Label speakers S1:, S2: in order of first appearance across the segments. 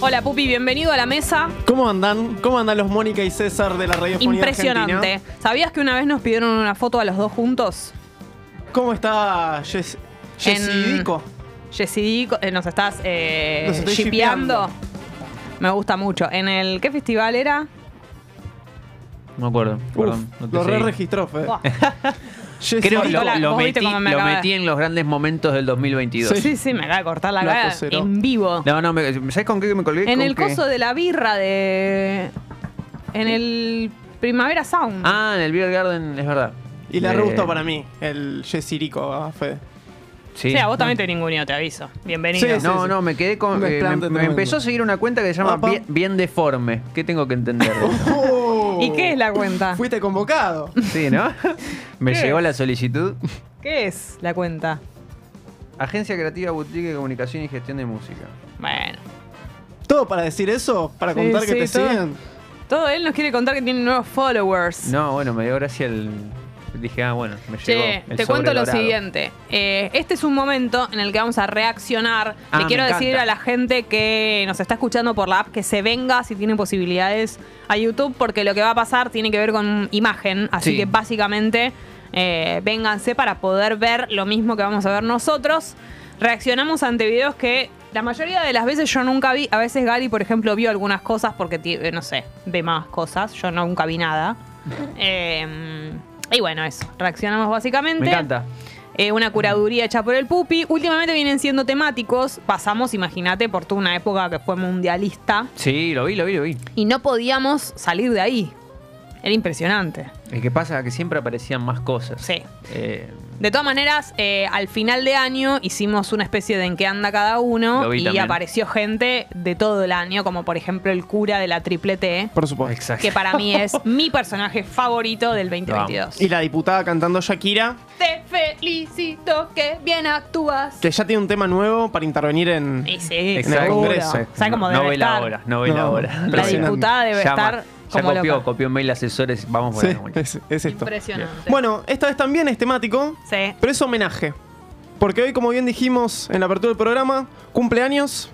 S1: Hola Pupi, bienvenido a la mesa.
S2: ¿Cómo andan? ¿Cómo andan los Mónica y César de la radiofonía
S1: Impresionante.
S2: argentina?
S1: ¿Sabías que una vez nos pidieron una foto a los dos juntos?
S2: ¿Cómo está Jess Jessidico?
S1: Jessy, nos estás eh,
S2: Los estoy
S1: shippeando.
S2: shippeando.
S1: Me gusta mucho. ¿En el qué festival era?
S3: No me acuerdo, perdón.
S2: Uf,
S3: no te
S2: lo
S3: seguí.
S2: registró, Fede.
S1: Buah.
S2: Jessy
S3: Creo que lo,
S1: Nicolás,
S3: lo
S1: vos viste
S3: metí,
S1: cómo me
S3: lo
S1: acabé.
S3: metí en los grandes momentos del 2022.
S1: Sí, sí, me acaba de cortar la
S2: Flaco
S1: cara
S2: cero.
S1: en vivo.
S3: No, no, me, ¿sabes con qué me colgué?
S1: en
S3: Con
S1: el
S3: que-
S1: coso de la birra de. En el Primavera Sound.
S3: Ah, en el Beer Garden, es verdad.
S2: Y le
S3: Eh,
S2: re gustó para mí el Jessirico a Fede.
S3: Sí.
S1: o
S3: Ah.
S1: sea, vos
S3: No.
S1: también te ninguneo, te aviso. Bienvenido.
S2: Sí, sí,
S3: No,
S2: sí.
S3: no, me quedé con.
S2: Un
S3: eh, me,
S2: desplante
S3: me
S2: tremendo.
S3: empezó a seguir una cuenta que se llama
S2: Apa.
S3: Bien, Bien Deforme. ¿Qué tengo que entender? de eso?
S1: ¿Y qué es la cuenta?
S2: Fuiste convocado.
S3: sí, ¿no? me
S1: ¿Qué?
S3: llegó la solicitud.
S1: ¿Qué es la cuenta?
S3: Agencia Creativa Boutique de Comunicación y Gestión de Música.
S1: Bueno.
S2: ¿Todo para decir eso? ¿Para
S1: Sí,
S2: contar que
S1: sí,
S2: te
S1: todo.
S2: siguen?
S1: Todo él nos quiere contar que tiene nuevos followers.
S3: No, bueno, me dio gracia el. Dije, ah, bueno, me llegó.
S1: Che,
S3: el
S1: te cuento lo
S3: sobredorado.
S1: siguiente. Eh, este es un momento en el que vamos a reaccionar.
S3: Ah,
S1: Le
S3: me
S1: quiero decir
S3: encanta.
S1: a la gente que nos está escuchando por la app que se venga si tiene posibilidades a YouTube, porque lo que va a pasar tiene que ver con imagen. Así
S3: Sí.
S1: que básicamente eh, vénganse para poder ver lo mismo que vamos a ver nosotros. Reaccionamos ante videos que la mayoría de las veces yo nunca vi. A veces Gali, por ejemplo, vio algunas cosas porque, ti- eh, no sé, ve más cosas. Yo nunca vi nada. Eh, y bueno, eso. Reaccionamos básicamente.
S3: Me encanta.
S1: Eh, una curaduría hecha por el Pupi. Últimamente vienen siendo temáticos. Pasamos, imagínate, por toda una época que fue mundialista.
S3: Sí, lo vi, lo vi, lo vi.
S1: Y no podíamos salir de ahí. Era impresionante.
S3: El que pasa que siempre aparecían más cosas.
S1: Sí.
S3: Eh,
S1: De todas maneras, eh, al final de año hicimos una especie de en qué anda cada uno
S3: Lo vi
S1: y
S3: también.
S1: apareció gente de todo el año, como por ejemplo el cura de la Triple T,
S2: Por supuesto.
S3: exacto.
S1: que para mí es mi personaje favorito del 2022.
S2: Y la diputada cantando Shakira,
S1: Te felicito que bien actúas.
S2: que ya tiene un tema nuevo para intervenir en.
S1: Y sí,
S2: Exacto.
S1: seguro.
S2: Congreso.
S1: ¿Sabe cómo debe
S3: no ve la
S1: estar?
S3: hora, no ve la
S2: No,
S3: hora.
S1: La
S2: Impresionante.
S1: diputada debe
S3: Llama,
S1: estar
S3: ya
S1: como
S3: copió,
S1: loca.
S3: copió un mail asesores, vamos por
S2: Sí,
S3: la noche.
S2: es, es esto.
S1: Impresionante.
S2: Bueno, esta vez también es temático,
S1: Sí.
S2: pero es homenaje. Porque hoy, como bien dijimos en la apertura del programa, cumpleaños,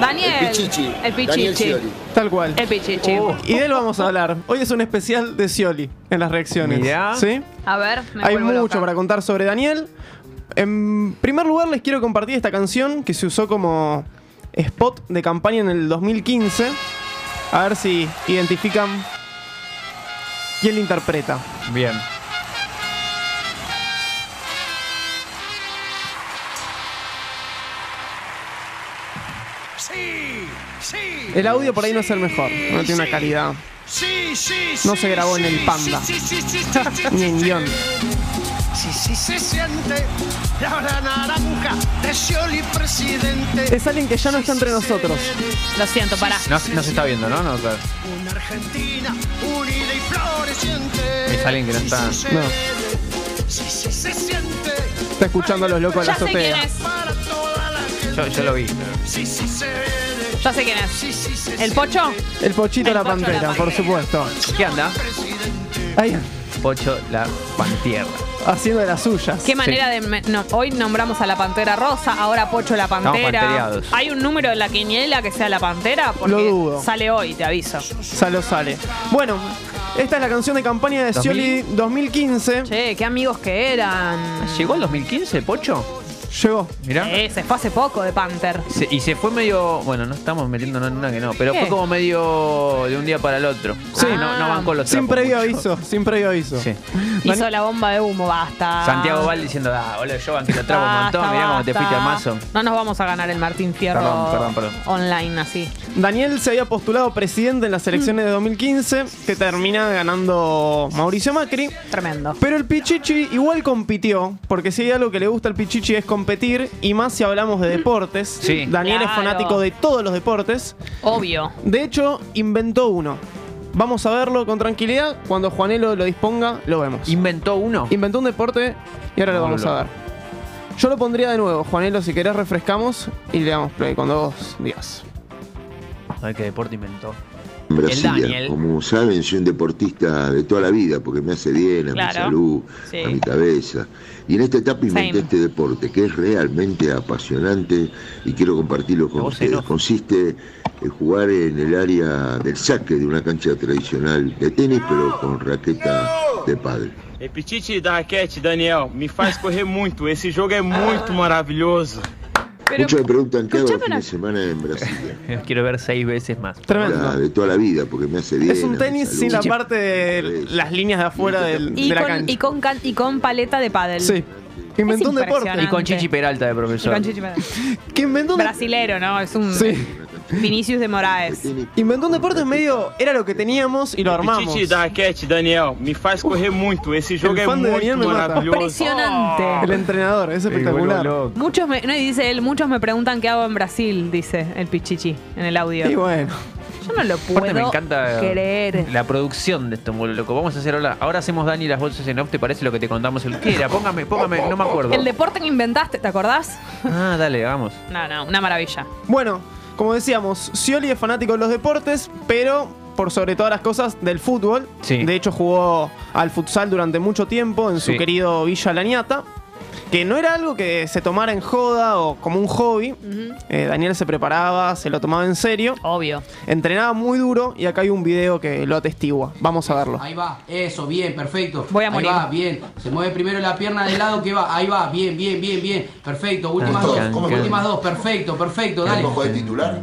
S1: Daniel.
S4: El Pichichi.
S1: El
S4: Daniel
S1: Pichichi.
S4: Scioli.
S2: tal cual.
S1: El Pichichi.
S2: Y de él vamos a hablar. Hoy es un especial de Scioli en las reacciones.
S3: Mirá.
S2: ¿Sí?
S1: A ver, me
S2: Hay
S1: vuelvo
S2: mucho
S1: loca.
S2: para contar sobre Daniel. En primer lugar, les quiero compartir esta canción que se usó como spot de campaña en el 2015. A ver si identifican quién la interpreta.
S3: Bien.
S5: Sí, sí.
S2: El audio por ahí no es el mejor, no tiene una
S5: sí,
S2: calidad.
S5: Sí, sí,
S2: No
S5: sí,
S2: se grabó en
S5: sí,
S2: el Panda.
S5: sí, sí, sí, sí, sí,
S2: Ni en
S5: sí,
S2: guión.
S5: Sí, sí, se siente la hora naranja de Scioli presidente.
S2: Es alguien que ya no está entre nosotros.
S1: Lo siento, pará.
S3: No, no se está viendo, ¿no? No, claro.
S5: Una Argentina unida y floreciente.
S3: Es alguien que no está-
S5: Sí,
S2: No.
S5: Sí, sí, se siente
S2: Está escuchando a los locos de
S1: Ya
S2: la
S1: sé quién
S2: azotea.
S1: es.
S5: para toda la gente.
S3: Yo, yo lo vi. pero-
S5: Sí, sí, se ve.
S1: Ya sé quién es.
S5: Sí, sí, se
S1: ¿El Pocho? El
S2: El pochito de la
S1: Pocho de la
S2: pantera, por
S1: Pantera.
S2: supuesto.
S3: ¿Qué anda?
S5: Presidente.
S2: Ahí,
S3: Pocho la Pantierra.
S2: haciendo de las suyas.
S1: Qué manera de. me- no, hoy nombramos a la pantera rosa, ahora Pocho la pantera.
S3: pantereados.
S1: Hay un número en la quiniela que sea la pantera, porque
S2: Lo dudo.
S1: sale hoy, te aviso.
S2: Salo sale. Bueno, esta es la canción de campaña de
S3: 2000.
S2: Scioli 2015.
S1: Che, qué amigos que eran.
S3: ¿Llegó el 2015, Pocho?
S2: Llegó.
S3: Mirá.
S1: Eh, se fue hace poco de Panther.
S3: Se- y se fue medio. Bueno, no estamos metiéndonos en una que no, pero
S1: ¿Qué?
S3: fue como medio de un día para el otro.
S2: Sí.
S3: No, no van con los
S2: Sin
S3: trapos
S2: previo
S3: mucho.
S2: aviso, sin previo aviso.
S3: Sí.
S2: Dani-
S1: Hizo la bomba de humo, basta.
S3: Santiago Val diciendo, ah, boludo, yo banqué los trapos un
S1: Basta,
S3: montón, mirá cómo te
S1: basta.
S3: fuiste al mazo.
S1: No nos vamos a ganar el Martín Fierro
S3: Perdón, perdón, perdón.
S1: online así.
S2: Daniel se había postulado presidente en las elecciones de 2015, que termina ganando Mauricio Macri.
S1: Tremendo.
S2: Pero el Pichichi igual compitió, porque si hay algo que le gusta al Pichichi es competir, y más si hablamos de deportes.
S3: Sí.
S2: Daniel es
S1: Claro.
S2: fanático de todos los deportes.
S1: Obvio.
S2: De hecho, inventó uno. Vamos a verlo con tranquilidad. Cuando Juanelo lo disponga, lo vemos.
S3: Inventó uno.
S2: Inventó un deporte y ahora lo
S3: No,
S2: vamos
S3: loco.
S2: a ver. Yo lo pondría de nuevo, Juanelo, si querés refrescamos y le damos play cuando vos digas.
S3: A ver qué deporte inventó.
S4: Brasilia.
S1: Daniel.
S4: Como saben, soy un deportista de toda la vida porque me hace bien a
S1: Claro.
S4: mi salud,
S1: Sí.
S4: a mi cabeza. Y en esta etapa inventé
S1: Same.
S4: este deporte que es realmente apasionante y quiero compartirlo con
S3: No, se
S4: ustedes.
S3: enoja.
S4: Consiste en jugar en el área del saque de una cancha tradicional de tenis, pero con raqueta de padre.
S6: Repetite da raquete, Daniel. Me faz correr muito. Esse jogo é muito
S2: Ah,
S6: maravilhoso.
S1: Pero,
S4: Muchos me preguntan qué hago el
S1: escuchame
S4: fin
S1: una-
S4: de semana en Brasilia.
S3: Quiero ver seis veces más.
S2: Tremendo.
S4: La- de toda la vida porque me hace bien.
S2: Es
S4: a
S2: un
S4: mi
S2: tenis
S4: salud.
S2: sin la parte de
S4: cabeza.
S2: las líneas de afuera del-
S1: y,
S2: de la
S1: con,
S2: cancha.
S1: y, con can- y con paleta de pádel.
S2: Sí. Que inventó un deporte.
S1: impresionante.
S3: Y con Chichi Peralta de
S1: Y
S3: profesor.
S1: con chichi pádel.
S2: Que inventó un deporte.
S1: Brasilero, ¿no? Es un
S2: Sí.
S1: Vinicius de
S4: El
S1: Moraes.
S4: tenis
S2: Inventó un deporte medio. Era lo que teníamos y lo armamos.
S6: Repetite da raquete, Daniel. Me faz correr muito. Esse jogo
S2: Ele
S6: é
S2: fã do
S6: muito
S2: Daniel me mata.
S6: maravilhoso.
S3: Oh.
S1: Impresionante.
S2: El entrenador, es
S3: Me vuelvo
S2: espectacular.
S3: loco.
S1: Muchos me, no, y dice él, muchos me preguntan qué hago en Brasil, dice el Pichichi en el audio.
S2: Y bueno.
S1: Yo no lo puedo
S3: Aparte me encanta
S1: creer.
S3: la producción de esto, me vuelvo loco. Vamos a hacer ahora, ahora hacemos Dani las bolsas en off, ¿te parece lo que te contamos el que era? Póngame, póngame, no me acuerdo.
S1: El deporte que inventaste, ¿te acordás?
S3: Ah, dale, vamos.
S1: No, no, una maravilla.
S2: Bueno, como decíamos, Scioli es fanático de los deportes, pero por sobre todas las cosas del fútbol.
S3: Sí.
S2: De hecho, jugó al futsal durante mucho tiempo en su
S3: Sí.
S2: querido Villa Laniata. Que no era algo que se tomara en joda o como un hobby. Eh, Daniel se preparaba, se lo tomaba en serio.
S1: Obvio.
S2: Entrenaba muy duro y acá hay un video que lo atestigua. Vamos a verlo.
S7: Ahí va, eso, bien, perfecto.
S1: Voy a
S7: Ahí
S1: morir.
S7: va, bien. Se mueve primero la pierna de lado que va. Ahí va, bien, bien, bien, bien. Perfecto, últimas
S3: Can,
S7: dos.
S3: can, can.
S7: Últimas dos, perfecto, perfecto, dale.
S8: ¿Podemos jugar de titular?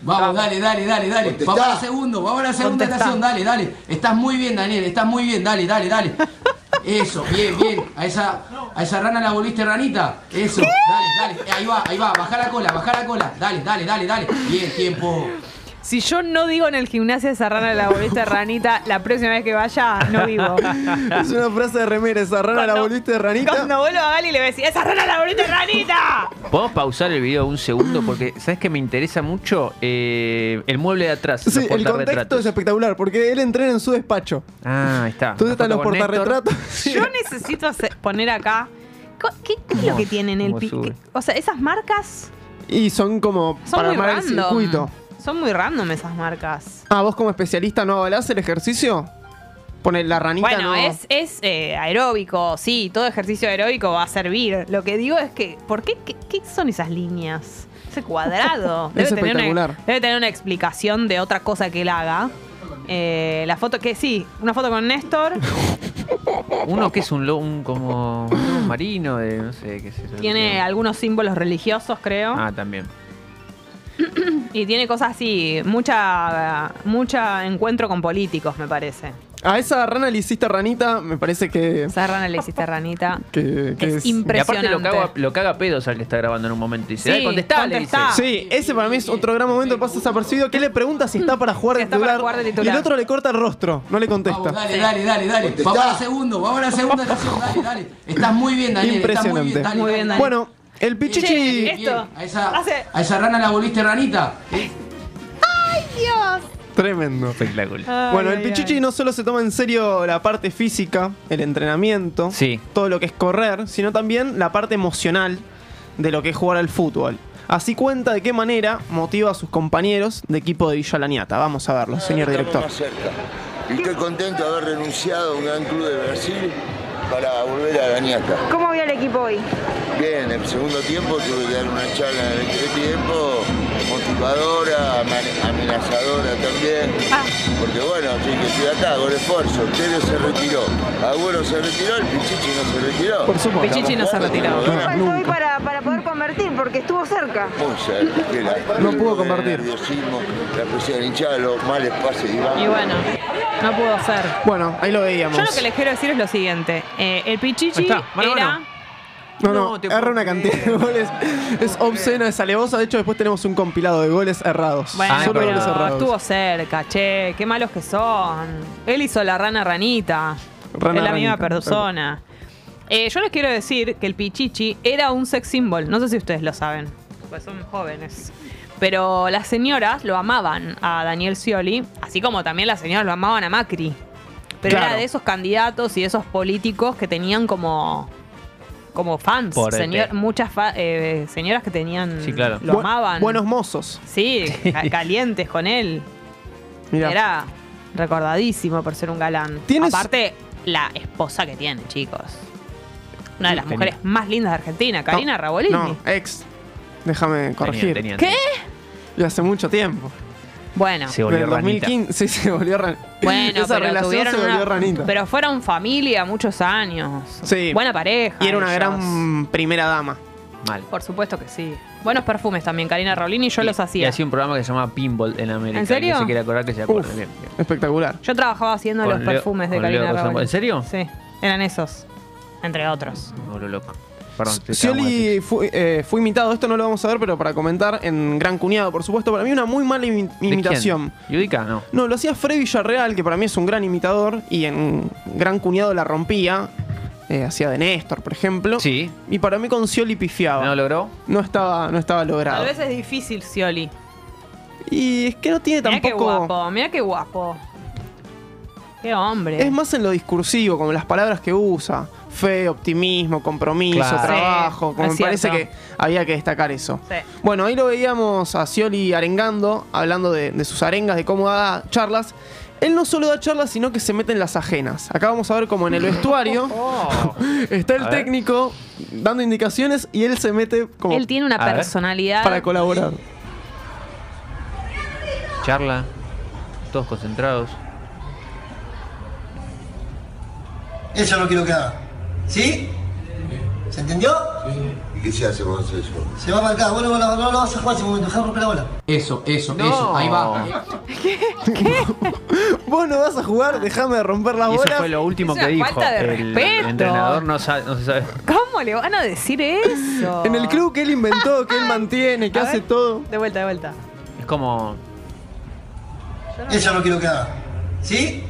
S7: Vamos, dale, dale, dale, dale.
S8: Contestá.
S7: Vamos a la segunda, vamos a la segunda
S1: Contestá.
S7: estación, dale, dale. Estás muy bien, Daniel, estás muy bien, dale, dale, dale. Eso, bien, bien. A esa, a esa rana la volviste ranita. Eso, dale, dale. Ahí va, ahí va. Baja la cola, baja la cola. Dale, dale, dale, dale. Bien, tiempo.
S1: Si yo no digo en el gimnasio esa rana de la bolita ranita, la próxima vez que vaya, no vivo.
S2: Es una frase de remera, esa rana la
S1: Cuando-
S2: volviste de ranita.
S1: Cuando vuelvo a Gali le voy a decir, ¡esa rana de la bolita ranita!
S3: ¿Podemos pausar el video un segundo? Porque, ¿sabes que me interesa mucho? Eh, el mueble de atrás. los
S2: Sí, el contexto
S3: portarretratos.
S2: es espectacular, porque él entrena en su despacho.
S3: Ah, ahí está.
S2: Entonces
S3: La
S2: están los
S3: foto con Néstor.
S2: portarretratos.
S1: Yo necesito hacer- poner acá. co- ¿Qué, qué es lo que
S3: Hermoso,
S1: tienen el
S3: cómo
S1: pi-
S3: sube.
S1: O sea, esas marcas
S2: Y son como
S1: son
S2: para
S1: muy
S2: armar el
S1: random.
S2: circuito.
S1: Son muy random esas marcas.
S2: Ah, vos como especialista no avalás el ejercicio? Poner la ranita.
S1: Bueno,
S2: no-
S1: es, es eh, aeróbico, sí, todo ejercicio aeróbico va a servir. Lo que digo es que, ¿por qué, qué, qué son esas líneas? Ese cuadrado.
S2: Es
S1: una,
S2: espectacular.
S1: debe tener una explicación de otra cosa que él haga. Eh, la foto que sí, una foto con Néstor
S3: Uno que es un, lo- un como un lobo marino de no sé qué es eso.
S1: tiene algunos símbolos religiosos, creo,
S3: Ah, también.
S1: y tiene cosas así, mucha mucha encuentro con políticos, me parece.
S2: A esa rana le hiciste ranita, me parece que.
S1: Esa rana le hiciste ranita.
S2: que- que
S1: Es impre-
S3: Y aparte lo
S1: Impresionante.
S3: caga, lo caga a pedos al que está grabando en un momento. Y dice,
S1: Sí,
S3: "Dale, contestá", le dice.
S1: contestá.
S2: Sí, ese para mí es otro gran momento. Pasa desapercibido que le pregunta si está para jugar
S1: Si
S2: de
S1: está para
S2: titular.
S1: jugar de
S2: Y
S1: titular.
S2: el otro le corta el rostro, no le
S7: Vamos,
S2: contesta.
S7: dale, dale, dale, dale.
S8: Contestá.
S7: Vamos a la segunda, vamos a la segunda estación, dale, dale. Estás muy bien, Daniel. Estás muy
S2: Impresionante.
S7: bien, dale,
S1: Muy
S7: dale,
S1: bien,
S7: dale.
S2: Bueno, el Pichichi.
S1: Che,
S7: Bien,
S1: Esto,
S7: A esa,
S1: hace-
S7: a esa rana la volviste ranita.
S2: Tremendo.
S3: Espectacular.
S1: Ay,
S2: Bueno, el
S1: ay,
S2: Pichichi
S1: ay.
S2: no solo se toma en serio la parte física, el entrenamiento,
S3: Sí.
S2: todo lo que es correr, sino también la parte emocional de lo que es jugar al fútbol. Así cuenta de qué manera motiva a sus compañeros de equipo de Villa Laniata. Vamos a
S1: Ah,
S2: verlo, señor director.
S8: Estamos más cerca. Y estoy contento de haber renunciado a un gran club de Brasil para volver a Gañaca.
S9: ¿Cómo vio el equipo hoy?
S8: Bien, el segundo tiempo tuve que dar una charla en el primer tiempo, motivadora, ama- amenazadora también.
S1: Ah.
S8: Porque bueno, yo que estoy acá, con esfuerzo. Tero se retiró, Agüero se retiró, el Pichichi no se retiró.
S2: Por supuesto.
S1: Pichichi no se retiró.
S9: ¿Qué faltó hoy
S2: nunca.
S9: para, para poder convertir? Porque estuvo cerca.
S8: Muy cerca, que la-
S2: No pudo
S8: el
S2: convertir.
S8: nerviosismo, La presión de la hinchada, los males pases y va.
S1: Y bueno, no pudo ser.
S2: Bueno, ahí lo veíamos.
S1: Yo lo que les quiero decir es lo siguiente. Eh, el Pichichi
S3: Ahí está, mano a
S1: era...
S3: mano.
S2: No, no,
S3: No, te
S2: erra
S3: puedo
S2: una
S3: creer.
S2: cantidad de goles. Es obscena, es alevosa. De hecho, después tenemos un compilado de goles errados.
S1: Bueno,
S3: Ay,
S2: solo
S1: pero
S2: goles errados.
S1: estuvo cerca, che, qué malos que son. Él hizo la rana ranita.
S2: Rana
S1: es la
S2: ranita,
S1: misma persona. Eh, yo les quiero decir que el Pichichi era un sex symbol. No sé si ustedes lo saben, pues son jóvenes. Pero las señoras lo amaban a Daniel Scioli, así como también las señoras lo amaban a Macri. Pero
S2: Claro.
S1: era de esos candidatos y de esos políticos que tenían como, como fans.
S3: Por el
S1: Señor-
S3: té.
S1: muchas fa- eh, señoras que tenían.
S3: Sí, claro.
S1: Lo
S2: Bu-
S1: amaban.
S2: Buenos mozos.
S1: Sí, ca- calientes con él.
S2: Mirá.
S1: Era recordadísimo por ser un galán.
S2: Tienes-
S1: Aparte, la esposa que tiene, chicos. Una de las
S3: Tenía.
S1: mujeres más lindas de Argentina, Karina
S2: No,
S1: Rabolini.
S2: No, ex. Déjame corregir.
S3: Tenían, tenían,
S1: ¿Qué?
S2: Y hace mucho tiempo.
S1: Bueno.
S3: Se volvió
S2: Del
S3: ranita.
S2: 2015 sí, se volvió ranita.
S1: Bueno,
S2: Esa
S1: pero
S2: relación
S1: tuvieron
S2: se volvió
S1: una-
S2: ranita.
S1: Pero fueron familia muchos años.
S2: Sí.
S1: Buena pareja.
S2: y era una
S1: ellos.
S2: gran primera dama.
S3: Mal.
S1: Por supuesto que sí. Buenos perfumes también, Karina Rabolini, yo
S3: Y-
S1: los
S3: Y
S1: hacía.
S3: hacía un programa que se llamaba Pinball en América.
S1: ¿En serio?
S3: Que se quiere acordar que se acuerda.
S2: Uf,
S3: Bien, bien.
S2: espectacular.
S1: Yo trabajaba haciendo
S3: Con
S1: los
S3: Leo-
S1: perfumes de
S3: con Leo
S1: Karina
S3: Rosambo.
S1: Rabolini.
S3: ¿En serio?
S1: Sí, eran esos. Entre otros.
S3: Me volvió loco. Perdón. te traumaticé.
S2: Scioli fue, eh, fue imitado, esto no lo vamos a ver, pero para comentar, en Gran Cuñado, por supuesto, para mí una muy mala imi-
S3: ¿De
S2: imitación.
S3: quién? ¿Yudica? No.
S2: No, lo hacía Freddy Villarreal, que para mí es un gran imitador, y en Gran Cuñado la rompía. eh, hacía de Néstor, por ejemplo.
S3: Sí.
S2: Y para mí con Scioli pifiaba.
S3: ¿No
S2: No,
S3: logró?
S2: estaba, no estaba logrado.
S1: Tal vez es difícil, Scioli.
S2: Y es que no tiene
S1: Mira qué
S2: tampoco.
S1: guapo, mira qué guapo. Qué hombre.
S2: Es más en lo discursivo, como las palabras que usa. Fe, optimismo, compromiso,
S3: Claro.
S2: trabajo.
S1: Sí,
S2: como
S1: es
S2: me parece que
S1: cierto.
S2: había que destacar eso.
S1: Sí.
S2: Bueno, ahí lo veíamos a Scioli arengando, hablando de, de sus arengas, de cómo da charlas. Él no solo da charlas, sino que se mete en las ajenas. Acá vamos a ver como en el vestuario
S1: Oh.
S2: está el
S3: A ver.
S2: técnico dando indicaciones y él se mete como
S1: Él tiene una
S3: A ver.
S1: personalidad.
S2: para colaborar.
S3: Charla. Todos concentrados.
S5: Eso no quiero que haga. ¿Sí? ¿Se entendió?
S4: ¿Y qué se hace con eso?
S5: Se va para acá. Bueno, bueno, no lo vas a jugar ese momento. Deja romper la bola.
S7: Eso, eso,
S3: No.
S7: eso. Ahí va.
S2: Vos no vas a jugar, déjame de romper la
S3: Y eso
S2: bola.
S3: fue lo último
S1: Es
S3: que
S1: una
S3: dijo.
S1: falta de
S3: el,
S1: respeto.
S3: entrenador no, sa- no se sabe.
S1: ¿Cómo le van a decir eso?
S2: En el club que él inventó, que él mantiene, que
S1: A
S2: hace
S1: ver.
S2: todo.
S1: De vuelta, de vuelta.
S3: Es como.
S5: Eso no quiero que haga. ¿Sí?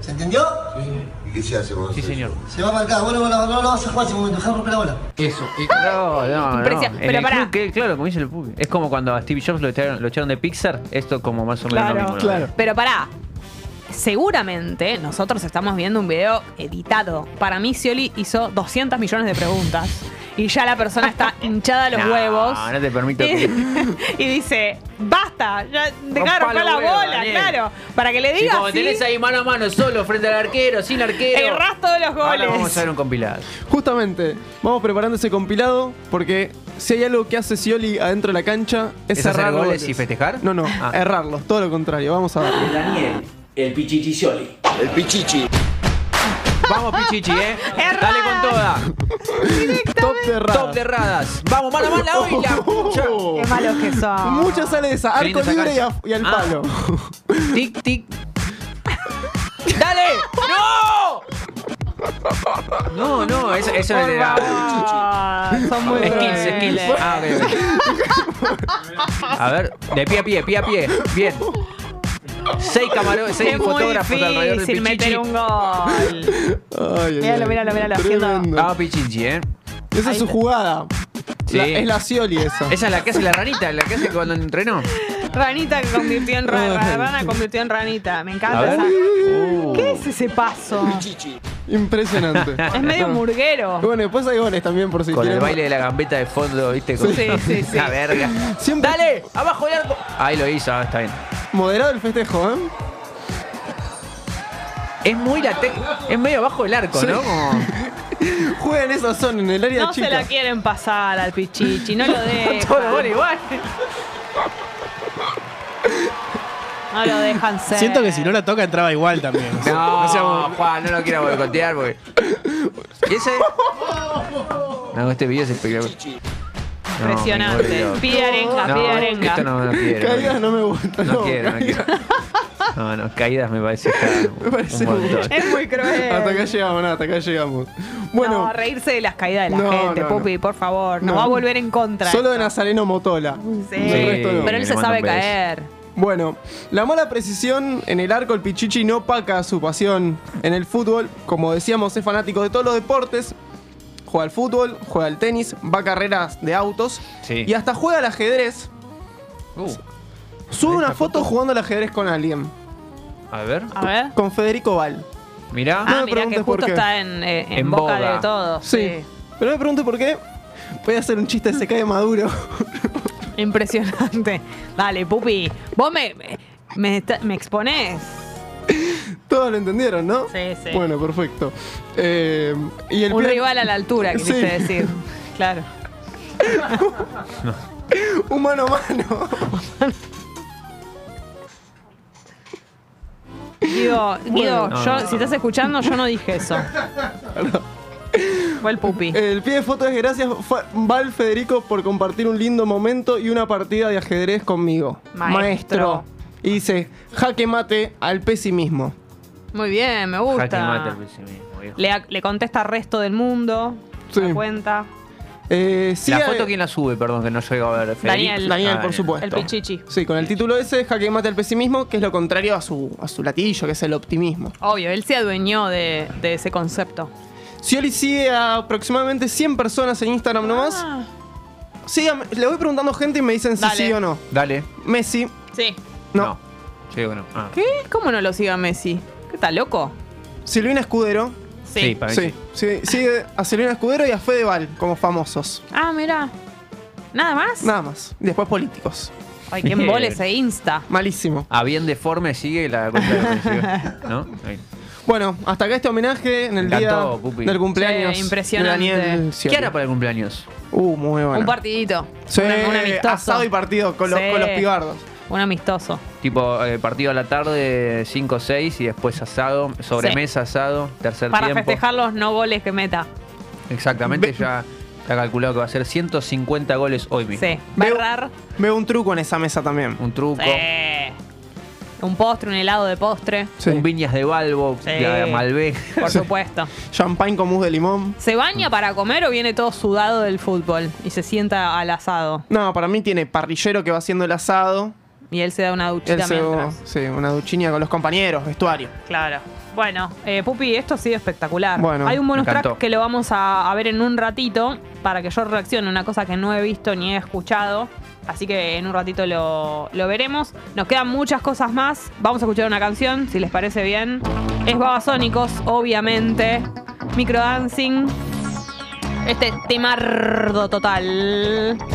S5: ¿Se entendió?
S4: ¿Y qué se hace con
S3: Sí,
S4: eso?
S3: señor.
S5: Se va para acá. Bueno, bueno, no lo vas a jugar ese momento. Deja romper la bola.
S7: Eso, eh,
S3: No, no, no.
S1: Impresionante.
S3: En
S1: Pero
S3: el
S1: pará.
S3: club, que- claro, como dice el público. Es como cuando a Steve Jobs lo echaron, lo echaron de Pixar. Esto como más o menos lo mismo. ¿no?
S2: claro.
S1: Pero pará. Seguramente nosotros estamos viendo un video editado. Para mí, Scioli hizo 200 millones de preguntas. Y ya la persona está hinchada a los
S3: No,
S1: huevos.
S3: no te permito
S1: Y,
S3: que-
S1: y dice: Basta, ya
S3: Rompa
S1: deja de romper
S3: los
S1: la
S3: huevos,
S1: bola,
S3: Daniel.
S1: claro. Para que le
S3: Sí,
S1: digas.
S3: como tenés ahí mano a mano, solo, frente al arquero, sin arquero.
S1: Errás todos los
S3: Ahora
S1: goles.
S3: vamos a ver un compilado.
S2: Justamente, vamos preparando ese compilado porque si hay algo que hace Scioli adentro de la cancha es,
S3: ¿Es hacer
S2: errar
S3: goles y festejar?
S2: No, no,
S3: Ah.
S2: errarlos, todo lo contrario, vamos a verlo.
S10: Daniel, el Pichichicioli.
S4: El pichichi.
S3: Vamos, Pichichi, eh.
S1: Errá.
S3: Dale con toda.
S2: Top de erradas.
S3: Top de erradas. Vamos, mano a mano, hoy la pucha.
S2: Oh.
S1: Qué malos que son.
S2: Muchas sale esa,
S3: Qué
S2: arco
S3: linda esa
S2: libre y,
S3: cancha.
S2: a- y al
S3: Ah.
S2: palo.
S3: Tic, tic. ¡Dale! ¡No! No, no, eso, eso es de la.
S1: Ah, son muy
S3: Skills, skills.
S1: crueles.
S3: Ah, bien, bien. A ver, de pie a pie, pie a pie. Bien. Seis camarones, seis
S1: Es muy
S3: fotógrafos alrededor de
S1: difícil
S3: Pichichi.
S1: meter un gol.
S2: Ay, ay,
S1: Míralo, míralo,
S2: ay,
S1: míralo,
S2: tremendo.
S1: haciendo- Ah,
S3: Vamos, Pichichi, eh.
S2: Esa es su jugada.
S3: Sí.
S2: La- es la Scioli esa.
S3: Esa es la que hace la ranita, la que hace cuando entrenó.
S1: Ranita que convirtió en rana.
S2: Ay.
S1: Rana convirtió en ranita. Me
S3: A
S1: encanta
S3: ver.
S1: esa.
S3: Uh.
S1: ¿Qué es ese paso?
S2: Impresionante.
S1: Es medio
S2: Bueno.
S1: murguero.
S2: Bueno, después hay goles también por si
S3: Con el
S2: quieren.
S3: baile de la gambeta de fondo, ¿viste? Con
S1: Sí, sí, sí.
S3: La verga.
S2: Siempre-
S3: ¡Dale! ¡Abajo del arco! Ahí lo hizo, ah, está bien.
S2: Moderado el festejo, ¿eh?
S3: Es muy la tec- Es medio abajo del arco,
S2: Sí.
S3: ¿no? Como-
S2: Juegan esa zona en el área
S1: No
S2: chica.
S1: se la quieren pasar al pichichi, no lo
S3: Todo gol
S1: dejan.
S3: igual.
S1: No lo dejan ser.
S11: Siento que si no la toca entraba igual también. O sea,
S3: No,
S11: no seamos-
S3: Juan, no lo quiero boicotear porque. ¿Y ese? No, este video es espectacular. No, me
S1: Impresionante.
S3: muero.
S1: Pide arenga,
S3: No,
S1: pide arenga.
S3: Esto no, no quiero.
S2: Caídas no me gustan.
S3: No quiero, no quiero. No, no, caídas me parece que
S2: Me parece
S3: un montón.
S1: Es muy cruel.
S2: Hasta acá llegamos, nada, hasta acá llegamos.
S1: no,
S2: Bueno,
S1: reírse de las caídas de la
S2: No,
S1: gente,
S2: no, no.
S1: Pupi, por favor. Nos
S2: No.
S1: va a volver en contra.
S2: solo de
S1: esto.
S2: Nazareno Motola.
S1: Sí.
S2: Del resto no.
S1: Pero él
S3: Le
S1: se
S3: mando
S1: sabe
S3: un beso.
S1: caer.
S2: Bueno, la mala precisión en el arco, el Pichichi no paca su pasión en el fútbol. Como decíamos, es fanático de todos los deportes. Juega al fútbol, juega al tenis, va a carreras de autos
S3: Sí.
S2: y hasta juega al ajedrez.
S3: Uh,
S2: Sube una
S3: ¿Esta
S2: foto
S3: foto?
S2: jugando al ajedrez con alguien,
S3: a ver.
S1: A ver.
S2: con Federico Val.
S3: Mirá.
S1: Ah,
S2: Ah, me
S1: mirá que
S2: preguntes por
S1: justo
S2: qué.
S1: está en, eh, en
S3: En
S1: boca
S3: boga.
S1: de todos.
S2: Sí. Pero me pregunto por qué. Voy a hacer un chiste, se cae Maduro.
S1: Impresionante. Dale, Pupi. Vos me. me- Me, está- me exponés.
S2: Todos lo entendieron, ¿no?
S1: Sí, sí.
S2: Bueno, perfecto. Eh, y el
S1: Un
S2: pibe-
S1: rival a la altura,
S2: Sí.
S1: quisiste decir. Claro.
S2: Un mano a mano.
S1: Guido, Guido,
S2: Bueno.
S1: yo,
S2: No.
S1: si estás escuchando, yo no dije eso. Fue el pupi.
S2: El pie de foto es gracias, Fa- Val Federico, por compartir un lindo momento y una partida de ajedrez conmigo.
S1: Maestro.
S2: Y dice, jaque mate al pesimismo.
S1: Muy bien, me
S3: Jaque mate
S1: gusta.
S3: al pesimismo, viejo.
S1: Le, a- le contesta al resto del mundo. Se da cuenta.
S2: Eh,
S3: ¿La foto quién la sube? Perdón, que no llego a ver. Federico.
S1: Daniel.
S2: Daniel,
S3: Ah,
S2: por supuesto.
S1: El pichichi.
S2: Sí, con el título ese, jaque mate al pesimismo, que es lo contrario a su, a su latillo, que es el optimismo.
S1: Obvio, él se adueñó de, de ese concepto.
S2: Scioli sigue a aproximadamente 100 personas en Instagram nomás.
S1: Ah.
S2: Síganme- le voy preguntando gente y me dicen si
S1: Dale.
S2: sí o no.
S3: Dale.
S2: Messi,
S1: Sí.
S2: no.
S3: Yo digo que no. Ah.
S1: ¿Qué? ¿Cómo no lo siga Messi? ¿Qué tal, loco?
S2: Silvina Escudero.
S1: Sí.
S3: Sí, para mí
S2: Sí,
S3: sí.
S2: sí, sigue a Silvina Escudero y a Fede Val como famosos.
S1: Ah, mira. ¿Nada más?
S2: Nada más. Después políticos.
S1: Ay, qué embole ese Insta.
S2: Malísimo.
S3: Ah, bien deforme sigue la cuenta de Messi, ¿No? Ahí.
S2: Bueno, hasta acá este homenaje en el
S3: Me encantó,
S2: día
S3: Pupi.
S2: del cumpleaños.
S1: Sí, impresionante.
S2: de Daniel
S3: ¿Qué
S2: Scioli.
S3: hará para el cumpleaños?
S2: Uh, muy bueno.
S1: Un partidito.
S2: Sí,
S1: un, un amistoso.
S2: asado y partido con los,
S1: Sí.
S2: con los pibardos.
S1: Un amistoso.
S3: Tipo, eh, partido a la tarde, 5 6 y después asado, sobremesa asado, tercer
S1: Para
S3: tiempo.
S1: festejar los no goles que meta.
S3: Exactamente, ya está calculado que va a ser 150 goles hoy mismo.
S1: Sí.
S2: Veo-
S1: Barrar.
S2: Veo un truco en esa mesa también.
S3: Un truco,
S1: Sí. Un postre, un helado de postre.
S2: Sí.
S3: un viñas de Balbo,
S1: Sí.
S3: de Malbec.
S1: Por supuesto.
S2: Champagne con mousse de limón.
S1: ¿Se baña para comer o viene todo sudado del fútbol? Y se sienta al asado.
S2: No, para mí tiene parrillero que va haciendo el asado.
S1: Y él se da una
S2: El
S1: duchita
S2: cebo,
S1: mientras.
S2: sí, una duchinia con los compañeros, vestuario.
S1: Claro. Bueno, eh, Pupi, esto ha sido espectacular.
S2: Bueno,
S1: Hay un bonus
S3: me encantó.
S1: track que lo vamos a, a ver en un ratito para que yo reaccione a una cosa que no he visto ni he escuchado. Así que en un ratito lo, lo veremos. Nos quedan muchas cosas más. Vamos a escuchar una canción, si les parece bien. Es Babasónicos, obviamente. Microdancing. Este temardo total.